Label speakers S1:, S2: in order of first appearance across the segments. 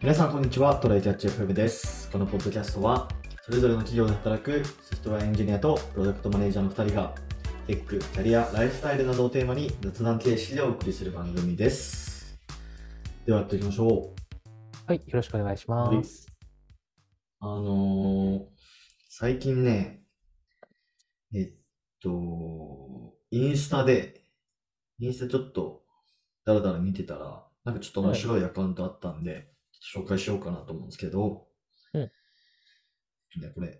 S1: 皆さんこんにちはトライキャッチ FM ですこのポッドキャストはそれぞれの企業で働くソフトウェアエンジニアとプロダクトマネージャーの2人がテックキャリアライフスタイルなどをテーマに雑談形式でお送りする番組ですではやっていきましょう
S2: はい、よろしくお願いします。
S1: あのー最近ねえっとインスタでインスタちょっとだらだら見てたらなんかちょっと面白いアカウントあったんで、ちょっと紹介しようかなと思うんですけど、
S2: うん
S1: ね、これ、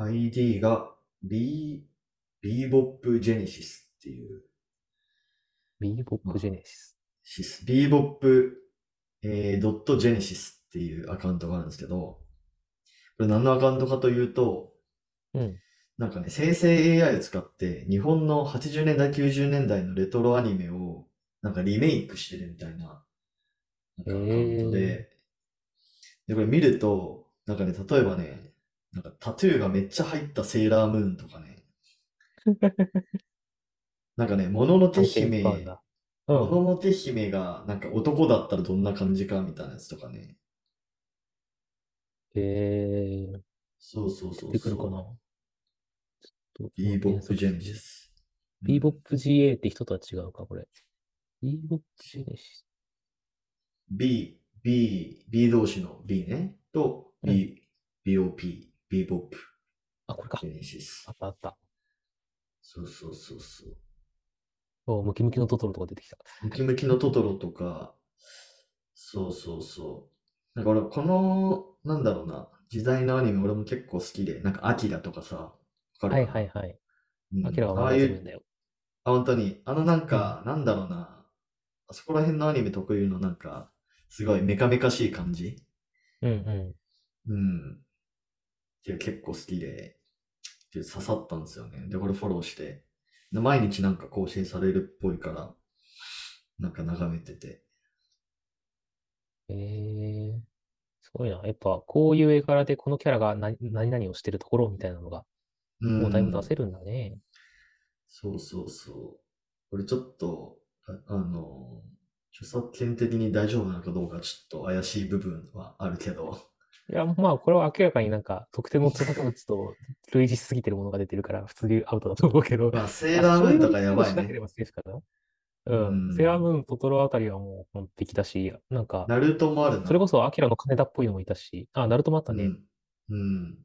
S1: ID が B、ビーボップジェネシスっていう、
S2: ビーボップジェネシス。
S1: シス、ビーボップ、えー、ドットジェネシスっていうアカウントがあるんですけど、これ何のアカウントかというと、
S2: うん。
S1: なんかね、生成 AI を使って日本の80年代、90年代のレトロアニメをなんかリメイクしてるみたいな、なんかアカウント
S2: へ
S1: で、で、これ見ると、なんかね、例えばね、なんかタトゥーがめっちゃ入ったセーラームーンとかね、なんかね、もののけ姫、
S2: ファンだ。う
S1: も
S2: ん。
S1: ののけ姫がなんか男だったらどんな感じかみたいなやつとかね。
S2: えー、
S1: そうそうそう
S2: 出てくる
S1: そ
S2: か
S1: う。
S2: な。ちょっと
S1: ビーボップジェネシ。ス。
S2: ビーボップ GA って人とは違うか、これ。ビーボップジェネシス。
S1: B、B、B 同士の B ね。と、B、BOP、B ボップ、
S2: あ、これか
S1: ジ。ェネシス
S2: あ。ったあった。
S1: そうそうそうそう。
S2: おムキムキのトトロとか出てきた。
S1: ムキムキのトトロとか、そうそうそう。なんか俺、この、なんだろうな、時代のアニメ俺も結構好きで、なんかアキラとかさ、わかる
S2: はい
S1: か
S2: は
S1: ない
S2: はい。
S1: うん
S2: アキラは
S1: ああ
S2: 学
S1: い
S2: べ
S1: う
S2: るんだよ。
S1: あ、本当に。あのなんか、なんだろうな。あそこら辺のアニメ特有のなんか、すごいメカメカしい感じ。
S2: うんう
S1: うん。っていう結構好きで、っていう刺さったんですよね。で、これフォローして。で毎日なんか更新されるっぽいから、なんか眺めてて。
S2: ん。えー、すごいな。やっぱ、こういう絵柄でこのキャラが何何々をしてるところみたいなのが、もうだいぶ出せ
S1: る。
S2: るんだね。
S1: そうそうそう。これちょっと、あ、あの、著作権的に大丈夫なのかどうかちょっと怪しい部分はあるけど。
S2: いや、まあ、これは明らかになんか、特定の著作物と類似しすぎてるものが出てるから、普通にアウトだと思うけど。
S1: まあ、 セーラームーンとかやばい
S2: それをしな
S1: ね
S2: け。ればセーフかな。うん。
S1: うん
S2: セーラームーン、トトロあたりはもう完璧だし、なんか、
S1: ナルトもあるな。
S2: それこそアキラの金田っぽいのもいたし、あ、ナルトもあった
S1: う
S2: ね。
S1: ん。うん。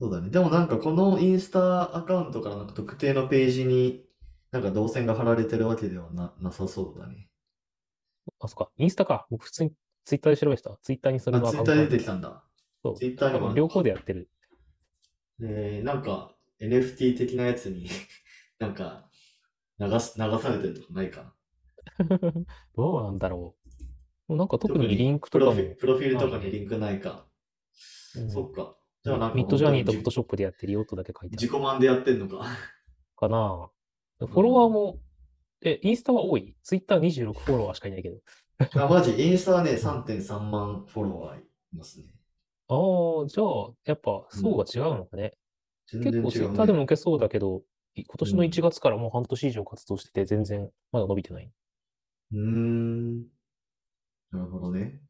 S1: そうだね。でもなんかこのインスタアカウントからなんか特定のページになんか動線が貼られてるわけではな、なさそうだね。
S2: あ、そっか。インスタか。僕普通にツイッターで調べました。ツイッターにそれ
S1: あ、
S2: のア
S1: ツイ
S2: カウ
S1: ッター
S2: ントがあ
S1: 出
S2: る
S1: てきたんだ。
S2: そう
S1: ツイッターに
S2: 多
S1: もあ
S2: 分
S1: る
S2: 両方でやってる。
S1: えー、なんか NFT 的なやつになんか流す、流されてるとかないかな。
S2: どうなんだろう。もうなんか特
S1: 特
S2: に
S1: に
S2: リンク
S1: プ
S2: と
S1: ロ
S2: か
S1: フ
S2: も
S1: ィ、プロフィールとかにリンクないか。
S2: うん
S1: そっか。じゃあなんか
S2: ミッドジャーニーとフォ
S1: 本当
S2: ト
S1: に
S2: ショップでやってるよとだけ書いてある
S1: 自己満でやってんのか。
S2: かな。フォロワーも、え、インスタは多い。ツイッター26フ ォロワーしかいないけど。
S1: あ、マジ、インスタはね、3.3万フォロワーいますね。
S2: ああ、じゃあ、やっぱ層が違うのかね。
S1: 全
S2: 結
S1: 然
S2: 構
S1: 違
S2: ツイッ
S1: う
S2: ターで
S1: ね。
S2: も受けそうだけど、い今年の
S1: うん
S2: 1月からもう半年以上活動してて、全然まだ伸びてない。
S1: うーん。なるほどね。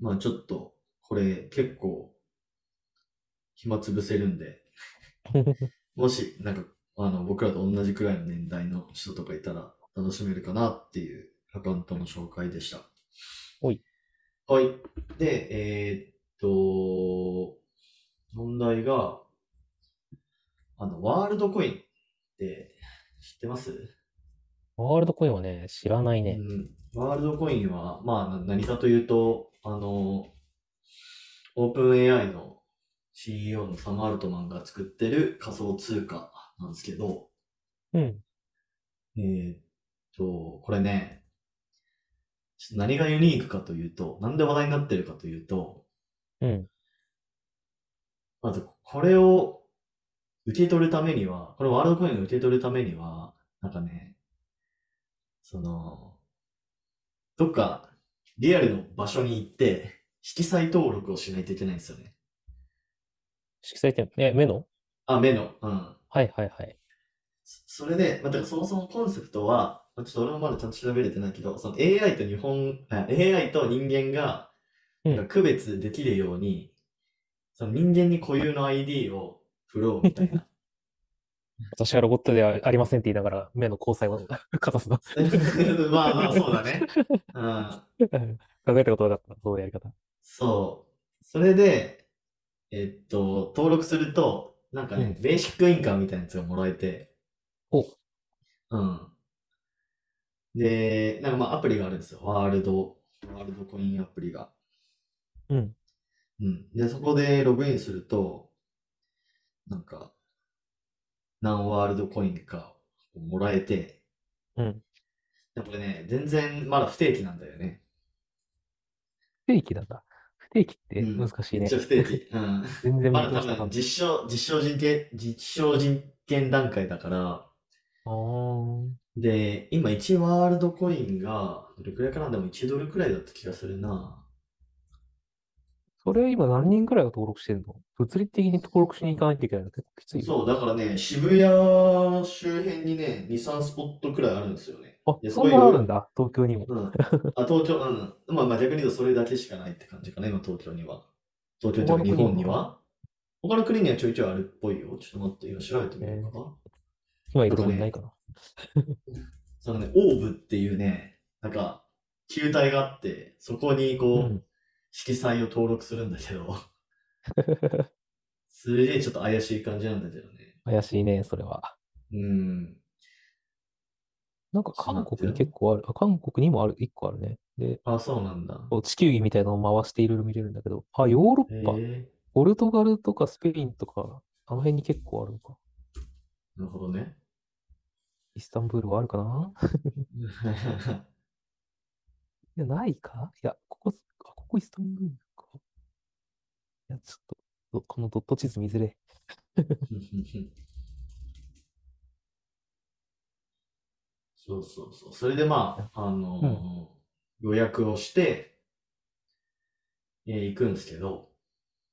S1: まあちょっと、これ結構、暇つぶせるん で、もし、なんか、あの、僕らと同じくらいの年代の人とかいたら楽しめるかなっていうアカウントの紹介でした。
S2: ほい。
S1: はい。で、えーっと、問題が、あの、ワールドコインって知ってます
S2: ワールドコインはね、知らないね。
S1: うん、ワールドコインは、まあ、な何かというと、あの、オープン AI の CEO のサム・アルトマンが作ってる仮想通貨なんですけど、
S2: うん。
S1: えーっと、これね、ちょっと何がユニークかというと、なんで話題になってるかというと、
S2: うん。
S1: まず、これを受け取るためには、これワールドコインを受け取るためには、なんかね、その、どっかリアルの場所に行って、色彩登録をしないといけないんですよね。
S2: 色彩点、え、目の
S1: あ、目の。うん。
S2: はいはいはい。
S1: そそれで、まあ、だからそもそもコンセプトは、ちょっと俺もまだちゃんと調べれてないけど、その AI と日本、あ AI と人間が
S2: うん
S1: なんか区別できるように、その人間に固有の ID を振ろうみたいな。
S2: 私はロボットではありませんって言いながら、目の交際を かざすな。
S1: まあまあ、そうだね。うん。
S2: 考えたことなかった、そういうやり方。
S1: そう。それで、えっと、登録すると、なんかね、
S2: う
S1: ベーシックインカムみたいなやつがもらえて、
S2: お
S1: うん。で、なんかまあアプリがあるんですよ。ワールド、ワールドコインアプリが。
S2: うん。
S1: うん。で、そこでログインすると、なんか、何ワールドコインかもらえて、
S2: うん。
S1: でこれね、全然まだ不定期なんだよね。
S2: 不定期なんだ。不定期って
S1: うん
S2: 難しい
S1: めっ
S2: ね
S1: ち。ゃ不定期。うん。
S2: 全然
S1: ま
S2: 見
S1: だ
S2: 通
S1: 多
S2: した
S1: 分実証、実証人権、実証人権段階だから、
S2: あー
S1: で、今1ワールドコインが、どれくらいかなでも1ドルくらいだった気がするな。
S2: それ今何人くらいが登録してんの物理的に登録しに行かないといけないの結構きついよ。
S1: そう、だからね、渋谷周辺にね、2、3スポットくらいあるんですよね。
S2: あ、
S1: や
S2: そんなのあるんだ。東京にも。
S1: うん。あ、東京、うん。まあ、まあ、逆に言うとそれだけしかないって感じかな、今東京には。東京というか日本には。他の国にはちょいちょいあるっぽいよ。ちょっと待って、今調べてみようかな。
S2: 今いるところにないかな。
S1: そのね、オーブっていうね、なんか、球体があって、そこにこう、
S2: うん
S1: 色彩を登録するんだけど、すげえちょっと怪しい感じなんだけどね。
S2: 怪しいね、それは。
S1: うん。
S2: なんか韓国に結構ある。あ韓国にもある、一個あるね。で、
S1: あ、そうなんだ。
S2: こう地球儀みたいなのを回していろいろ見れるんだけど、あ、ヨーロ
S1: へ
S2: ッパ、
S1: え
S2: ポルトガルとかスペインとか、あの辺に結構あるのか。
S1: なるほどね。
S2: イスタンブールはあるかないや、ないかいや、ここ、あ、ここイスタンブールか。いや、ちょっと、どこのドット地図見づれ。
S1: そうそうそう。それでまあ、あのー予約をして、えー行くんですけど、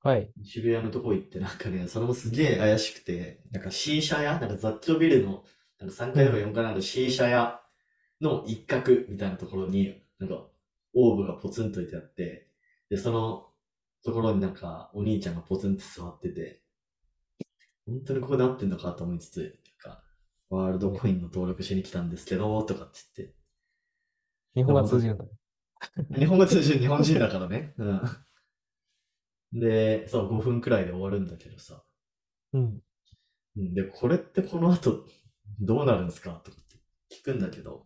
S2: はい。
S1: 渋谷のとこ行って、なんかね、それもすげえ怪しくて、なんか C 社屋、なんか雑居ビルのなんか3階とか4階のある C 社屋の一角みたいなところに、なんかオーブがポツンと置いてあって、で、そのところになんかお兄ちゃんがポツンと座ってて、本当にここで合ってんのかと思いつつ、なんか、ワールドコインの登録しに来たんですけど、とかって言って、
S2: 日本が通じるんだね。
S1: 日本語通じる日本人だからね。うん。で、そう、5分くらいで終わるんだけどさ。
S2: うん。
S1: うんで、これってこの後 どうなるんですかとかって聞くんだけど、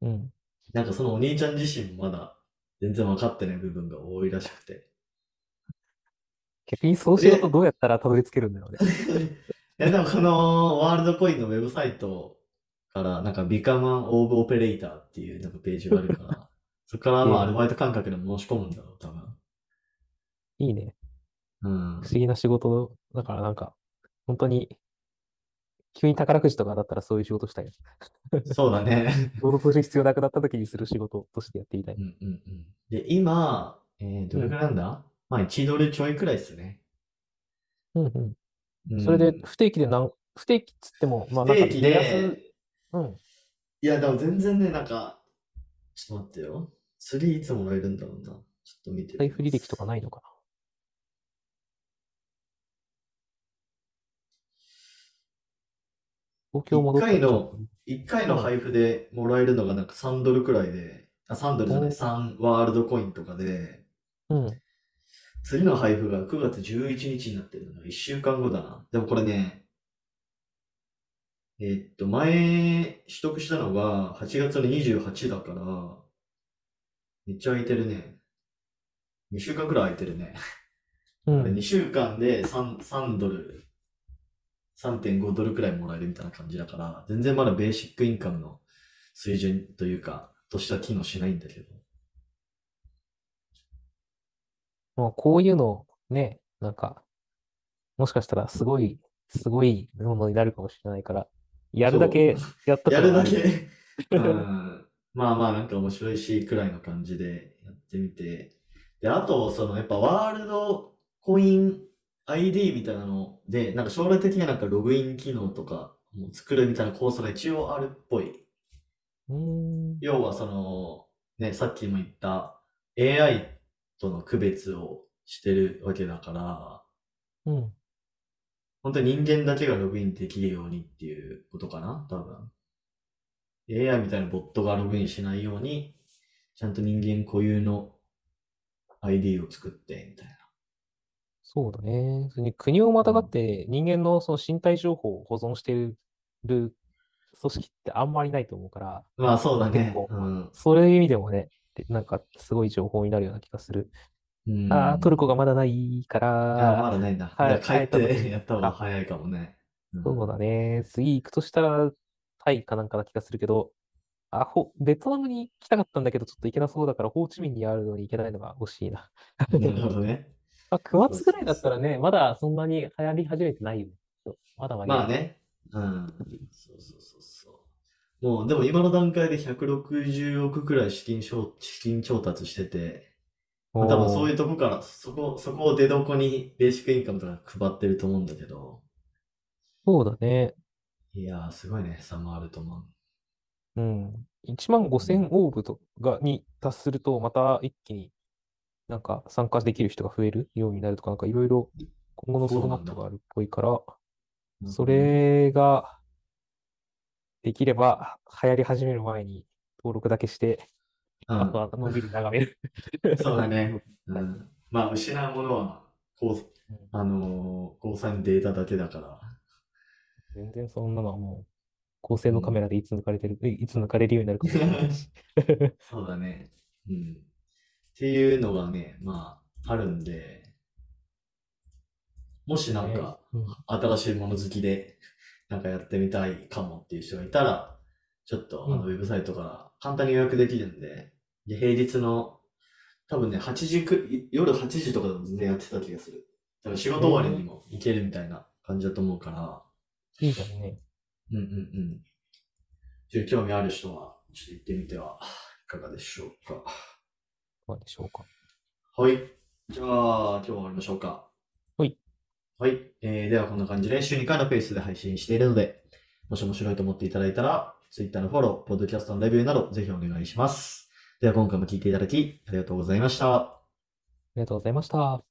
S2: うん。
S1: なんかそのお兄ちゃん自身もまだ全然分かってない部分が多いらしくて。
S2: 逆にそうしようとどうやったらたどり着けるんだろうね。
S1: いや、でもこのワールドコインのウェブサイトから、なんか Become an Orb Operator っていうなんかページがある から、そこからまあアルバイト感覚でも申し込むんだろう、多分。
S2: いいね。
S1: うん
S2: 不。思議な仕事だからなんか、本当に、急に宝くじとかだったらそういう仕事したいよ。
S1: そうだ ね。
S2: 労働する必要なくなった時にする仕事としてやっていたい。
S1: うんうんうん。で、今、えー、どれくらいなんだ、まあ1ドルちょいくらいですね。
S2: うんうん。
S1: うん
S2: それで、不定期でなん、不定期っつっても、まあ
S1: 不
S2: なんか
S1: 定期
S2: 目安
S1: で、
S2: うん。
S1: いや、でも全然ね、なんか、ちょっと待ってよ。釣りいつもらえるんだろうな。ちょっと見てみ
S2: 財布履歴とか
S1: ます
S2: ないのかな。東京戻った
S1: 一回の一回の配布でもらえるのがなんか3ドルくらいで、あ、3ドルじゃない、
S2: お
S1: 3ワールドコインとかで、
S2: うん。
S1: 次の配布が9月11日になってるのが1週間後だな。でもこれね、えっと、前取得したのが8月の28だから、めっちゃ空いてるね。2週間くらい空いてるね。
S2: うん。
S1: 2週間で 3, 3ドル、3.5ドルくらいもらえるみたいな感じだから、全然まだベーシックインカムの水準というか、としては機能しないんだけど。
S2: もうこういうの、ね、なんか、もしかしたらすごい、すごいものになるかもしれないから、やるだけやっとく
S1: や
S2: の
S1: る
S2: が
S1: だ
S2: いいね。
S1: け、 うん、まあまあなんか面白いし、くらいの感じでやってみて。で、あと、そのやっぱワールドコイン ID みたいなので、なんか将来的にはなんかログイン機能とかも作るみたいな構想が一応あるっぽい。
S2: うーん。
S1: 要はその、ね、さっきも言った AI との区別をしてるわけだから、
S2: うん。
S1: 本当に人間だけがログインできるようにっていうことかな多分。AI みたいなボットがログインしないように、ちゃんと人間固有の ID を作って、みたいな。
S2: そうだね。それに国をまたがって人間のその身体情報を保存している組織ってあんまりないと思うから、
S1: まあそうだね
S2: 結構。
S1: うん。
S2: そういう意味でもね、でなんかすごい情報になるような気がする。
S1: うん、
S2: ああ、トルコがまだないか
S1: ああ、ま
S2: ら、
S1: だないんだ。
S2: はい
S1: だから帰っ
S2: 帰った
S1: て
S2: 時
S1: やった方が早いかもね。うん
S2: そうだね。次行くとしたら、タイかなんかな気がするけど、あ、ほ、ベトナムに行きたかったんだけど、ちょっと行けなそうだから、ホーチミンにあるのに行けないのが惜しいな。
S1: なるほどね。
S2: まあ、9月ぐらいだったらね、まだそんなに流行り始めてないよね。まだ間に合
S1: まあ
S2: う。
S1: ね。うん。そうそうそうそう。もう、でも今の段階で160億くらい資金調資金調達してて、まあ多分そういうとこから、そこ、そこを出どこにベーシックインカムとか配ってると思うんだけど、
S2: そうだね。
S1: いやー、すごいね、サマールトマン。
S2: うん。1万5000オーブとがに達すると、また一気になんか参加できる人が増えるようになるとか、なんかいろいろ今後の
S1: そう
S2: ロ
S1: な
S2: マ
S1: ん
S2: ッ
S1: だ
S2: トがあるっぽいから、
S1: なんかね
S2: そ、れができれば流行り始める前に登録だけして、
S1: うん
S2: あとはのんびり眺める。
S1: そうだね。うん。まあ、失うものは、こう、
S2: うん
S1: あのー、交際のデータだけだから。
S2: 全然そんなのはもう、高性能カメラでいつ抜かれてる、えいつ抜かれるようになるかもしれないし。
S1: そうだね。うん。っていうのがね、まあ、あるんで、もし なんか、
S2: うん
S1: 新しいもの好きで、なんかやってみたいかもっていう人がいたら、ちょっと、あの、
S2: う
S1: ウェブサイトから簡単に予約できるんで、で、平日の、多分ね、8時く、い夜8時とかでも全然やってた気がする。だから仕事終わりにも行けるみたいな感じだと思うから、
S2: いいじゃんね。
S1: うんうんうん。ちょっと興味ある人は、ちょっと行ってみてはいかがでしょうか。
S2: どうでしょうか。
S1: はい。じゃあ、今日は終わりましょうか。
S2: はい。
S1: はい。えー、では、こんな感じで、週2回のペースで配信しているので、もし面白いと思っていただいたら、Twitter のフォロー、ポッドキャストのレビューなど、ぜひお願いします。では、今回も聞いていただき、ありがとうございました。
S2: ありがとうございました。